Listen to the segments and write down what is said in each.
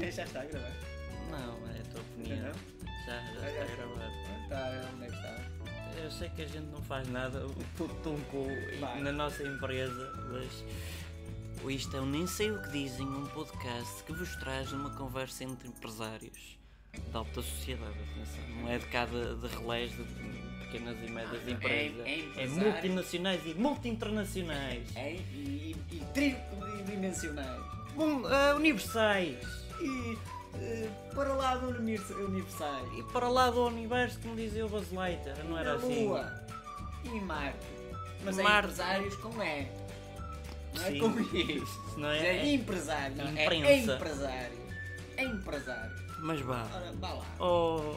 É, Já está a gravar. Não, é a tua opinião. Já, já É, está gravado. Está, onde é que está? Eu sei que a gente não faz nada tutunco Vai. um na nossa empresa, mas o isto é um Nem Sei O Que Dizem, um podcast que vos traz uma conversa entre empresários da alta sociedade, atenção. Não é de cada de relés de pequenas e médias Ah, é- empresas. é é empresário. multinacionais e multi-internacionais. É, e, e, e tridimensionais. Bom, ah, universais. E eh, para lá do universo- universais. E para lá do universo, como dizia o Buzz Lightyear, não era Na assim? Lua. E Marte. Mas é Marte. empresários com E. Não é Sim. com I. Não Mas é? é empresário. Não, é Imprensa. empresário. É empresário. Mas vá. Ora, vá lá. Oh,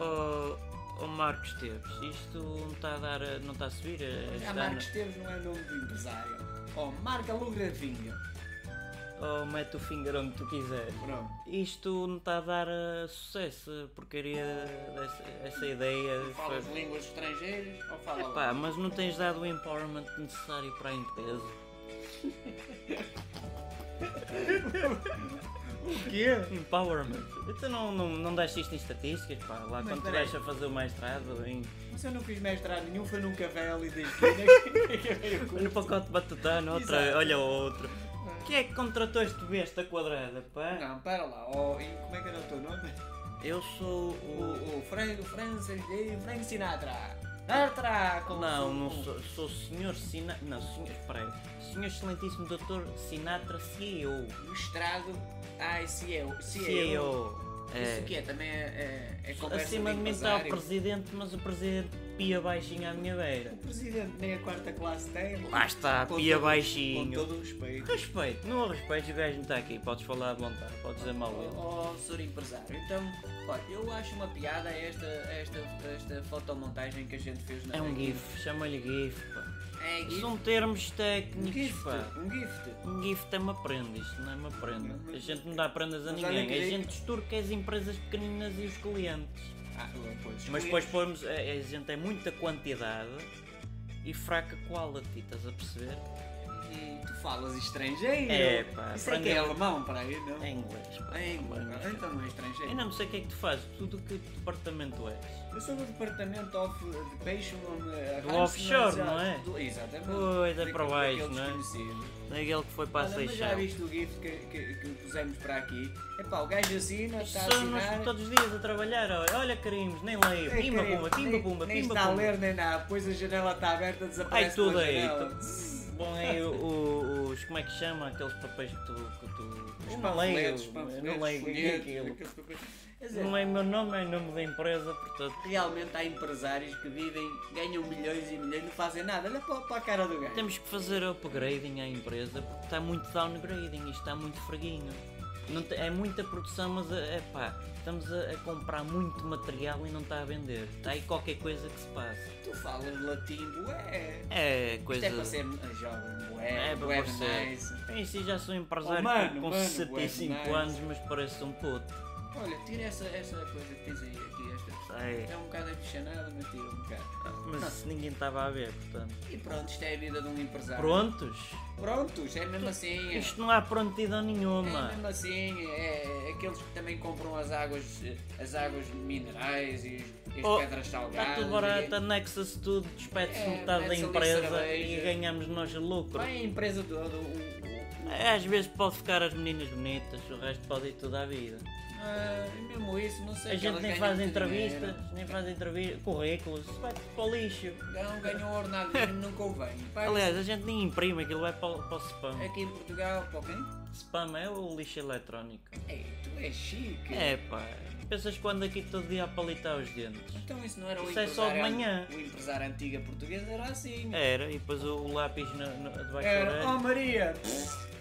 oh, oh Marcos Teves, isto não está a dar, a- não está a subir? A, Já está Marcos Teves não é nome de empresário. Ó, marca Lugravinho. Oh, mete o finger onde tu quiseres. Pronto. Isto não está a dar eh, sucesso, a porcaria dessa essa ideia. Falas foi- línguas estrangeiras ou fala Epá, mas não tens dado o empowerment necessário para a empresa. o quê? Empowerment? Então não, não, não deste isto em estatísticas, pá, lá Mas quando tu peraí. vais a fazer o mestrado em. Mas eu não fiz mestrado nenhum, foi num cavalo e desde que acabei o Olha o curso. pacote batutano, outra, Exato. olha outro. Quem é que contratou este besta quadrada, pá? Não, para lá. Ó, e como é que era o teu nome? Eu sou o. O, o Frank, o Francis, o Frank Sinatra. Sinatra! como Não, não sou. sou, sou o senhor Sinatra. Não, senhor, espera aí. Senhor Excelentíssimo Doutor Sinatra CEO. O estrado. Ai, se eu. Se eu. CEO. Isso É. que é? Também é, é, é conversa Acima de mim está o empresário. presidente, mas o presidente pia baixinho à minha beira. O presidente nem a quarta classe tem. Lá está, Com pia todo- Com baixinho. todo o respeito. Respeito, não há respeito, o gajo não está aqui. Podes falar à vontade, podes dizer mal ele. Oh, senhor empresário, então, olha, eu acho uma piada esta, esta, esta fotomontagem que a gente fez na É um GIF, chama-lhe GIF, pá. É gift. São termos Um técnicos, gift. pá. Um gift. Um gift é uma prenda, isto não é uma prenda. Não, mas- A gente não dá prendas a Mas olha ninguém. que é A digo- gente desturca as empresas pequeninas e os clientes. Ah, pois. Mas depois pomos. A, a gente é muita quantidade e fraca quality, estás a perceber? E tu falas estrangeiro. É, pá, Isso é que é aprendeu- alemão para aí, não? É inglês. pá. Em Inglês. então não é Eu estrangeiro. não sei o que é que tu fazes, tudo que departamento é. és. Eu sou do departamento off, de peixe onde, Do offshore, não é? Do, exatamente. Pois, é Daquele- para baixo, daquele não é? desconhecido. Não é aquele que foi para a Olha, mas já Seixal. viste o gift que, que, que pusemos para aqui? Epá, o gajo assina, está a assinar. Somos todos os dias a trabalhar, olha, olha carimos, nem leio. É, Pimba, querido, pumba, nem- pimba, pumba, nem pimba, está a pumba. ler nem nada, pois a janela está aberta, desaparece Ai, tudo pela aí, janela. tudo. Bom, é o- o- os. Como é que chama aqueles papéis que tu. Que tu Os eu não leio, panfletos, eu panfletos, não leio o que é folhetos, aquilo. aqueles papéis. Quer dizer, Não é meu nome, é o nome da empresa, portanto. Realmente há empresários que vivem, ganham milhões e milhões e não fazem nada. Olha para, para a cara do gajo. Temos que fazer upgrading à empresa porque está muito downgrading, isto está muito fraguinho. Não te- é muita produção, mas é pá, estamos a, a comprar muito material e não está a vender. Está aí qualquer coisa que se passa. Tu falas latim, bué. É Isto coisa. é para ser jovem, bué, É para bué você. demais. Em si já sou empresário Oh, mano, com mano, 65 bué, nice. anos, mas parece um puto. Olha, tira essa, essa coisa que tens aí aqui, esta. É, É um bocado aficionada, mas tira um bocado. mas ninguém estava a ver, portanto. E pronto, isto é a vida de um empresário. Prontos? Prontos, é mesmo assim. é. Isto não há prontidão É, nenhuma. mesmo assim, é, é aqueles que também compram as águas, eh, as águas minerais e as, e as Oh, pedras salgadas. Está tudo tá e- barato, anexa-se tudo, despede-se Tá, É, metade da mete-se ali empresa cerveja. e ganhamos nós lucro. É, Vai a empresa toda. O, o- Às vezes pode ficar as meninas bonitas, o resto pode ir tudo à vida. ah, mesmo isso, não sei. A que gente elas nem ganham faz muito entrevistas, dinheiro. nem faz entrevistas, currículos, isso vai tudo para o lixo. Não ganham ordenado mínimo, não convém. Vai- Aliás, a gente nem imprime, aquilo vai para, o- para o spam. aqui em Portugal, para quem? Spam é o lixo eletrónico. Ei, tu és chique. É pá, pensas quando aqui todo dia a palitar os dentes? Então isso não era o Isso é só É, de empresário- manhã. O empresário antiga portuguesa era assim. Era, e depois o, o lápis na, na, debaixo da Era, oh Maria! orelha.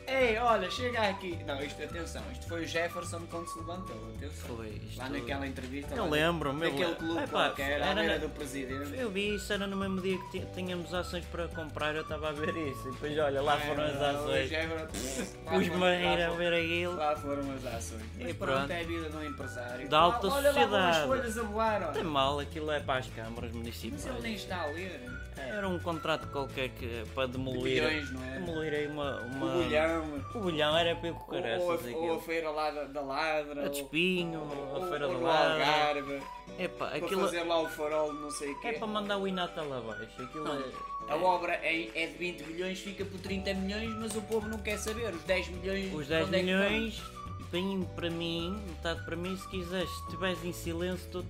Ei, olha, chega aqui! Não, isto, atenção, isto foi o Jefferson quando se levantou, atenção. Foi isto. Lá naquela entrevista. Eu lá, lembro-me, eu Daquele lembro. clube Epá, qualquer, à era beira na- do presidente. Eu vi isso, era no mesmo dia que ti- tínhamos ações para comprar, eu estava a ver isso. E depois, olha, lá foram as Era, o ações. Jefferson- é lá Os foram- Marreira a lá ver aquilo. foram- Lá foram as ações. E Mas pronto, pronto. é a vida de um empresário. Da alta Ah, olha lá sociedade. vão as folhas a voar, Tem olha. mal, aquilo é para as câmaras Mas ele municipais. nem está a ler. Era É, um contrato qualquer que, para demolir. Bilhões, não é? Demolir aí foi uma. uma... O bolhão. O bolhão era para eu com Ou, caraças a- ou a aquilo. feira lá da, da ladra. A ou- de espinho, ou- a feira ou do no lado. Algarve, Epá, Para aquilo fazer lá o farol de não sei o quê. é para mandar o Inata lá abaixo. Aquilo Não, é. A obra é, é de 20 milhões, fica por 30 milhões, mas o povo não quer saber. Os 10 milhões. Os 10 onde é que vão? milhões vêm para mim, metade para mim, se quiseres, se estiveres em silêncio, estou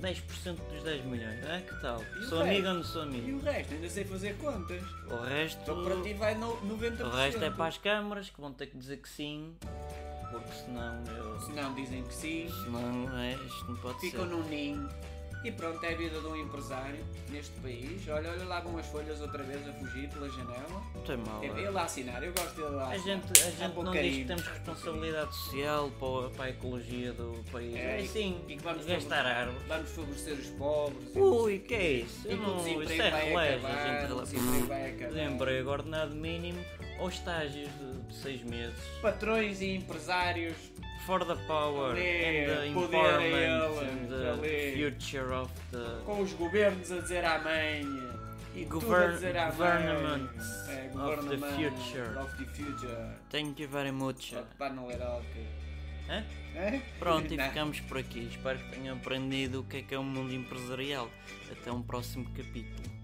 10% dos 10 milhões. Ah, que tal? E o Sou amigo resto? ou não sou E amigo? o resto, ainda sei fazer contas. O resto. Então para ti vai no, 90%. O resto é para as câmaras que vão ter que dizer que sim, porque senão eu. Se não dizem que sim, Senão é, isto não pode ficam ser. num ninho. E pronto, é a vida de um empresário neste país. Olha, olha lá vão as folhas outra vez a fugir pela janela. Tem mal. É um é. ele a assinar, eu gosto dele lá. A gente, a gente não diz que bocadinho. temos responsabilidade social para, a- para a ecologia do país. É, É, e- sim, e que vamos gastar fazer- árvores. Vamos favorecer os pobres. e não sei Ui, o que é isso? E Eu que o não, isso desemprego é vai relés, a acabar, gente o rela- Hum. desemprego vai acabar. Desemprego, ordenado é mínimo ou estágios de, de seis meses. Patrões e empresários. For the power Ali, and the poder é a empowerment eles, and the ali. future of the Com os governos a dizer amém. E tudo a Govern- dizer amém. governments É, of government the future. Of the future. Thank you very much. Só que Para não ler algo. Hã? Hã? Pronto, e Não. ficamos por aqui. Espero que tenham aprendido o que é que é o mundo empresarial. Até um próximo capítulo.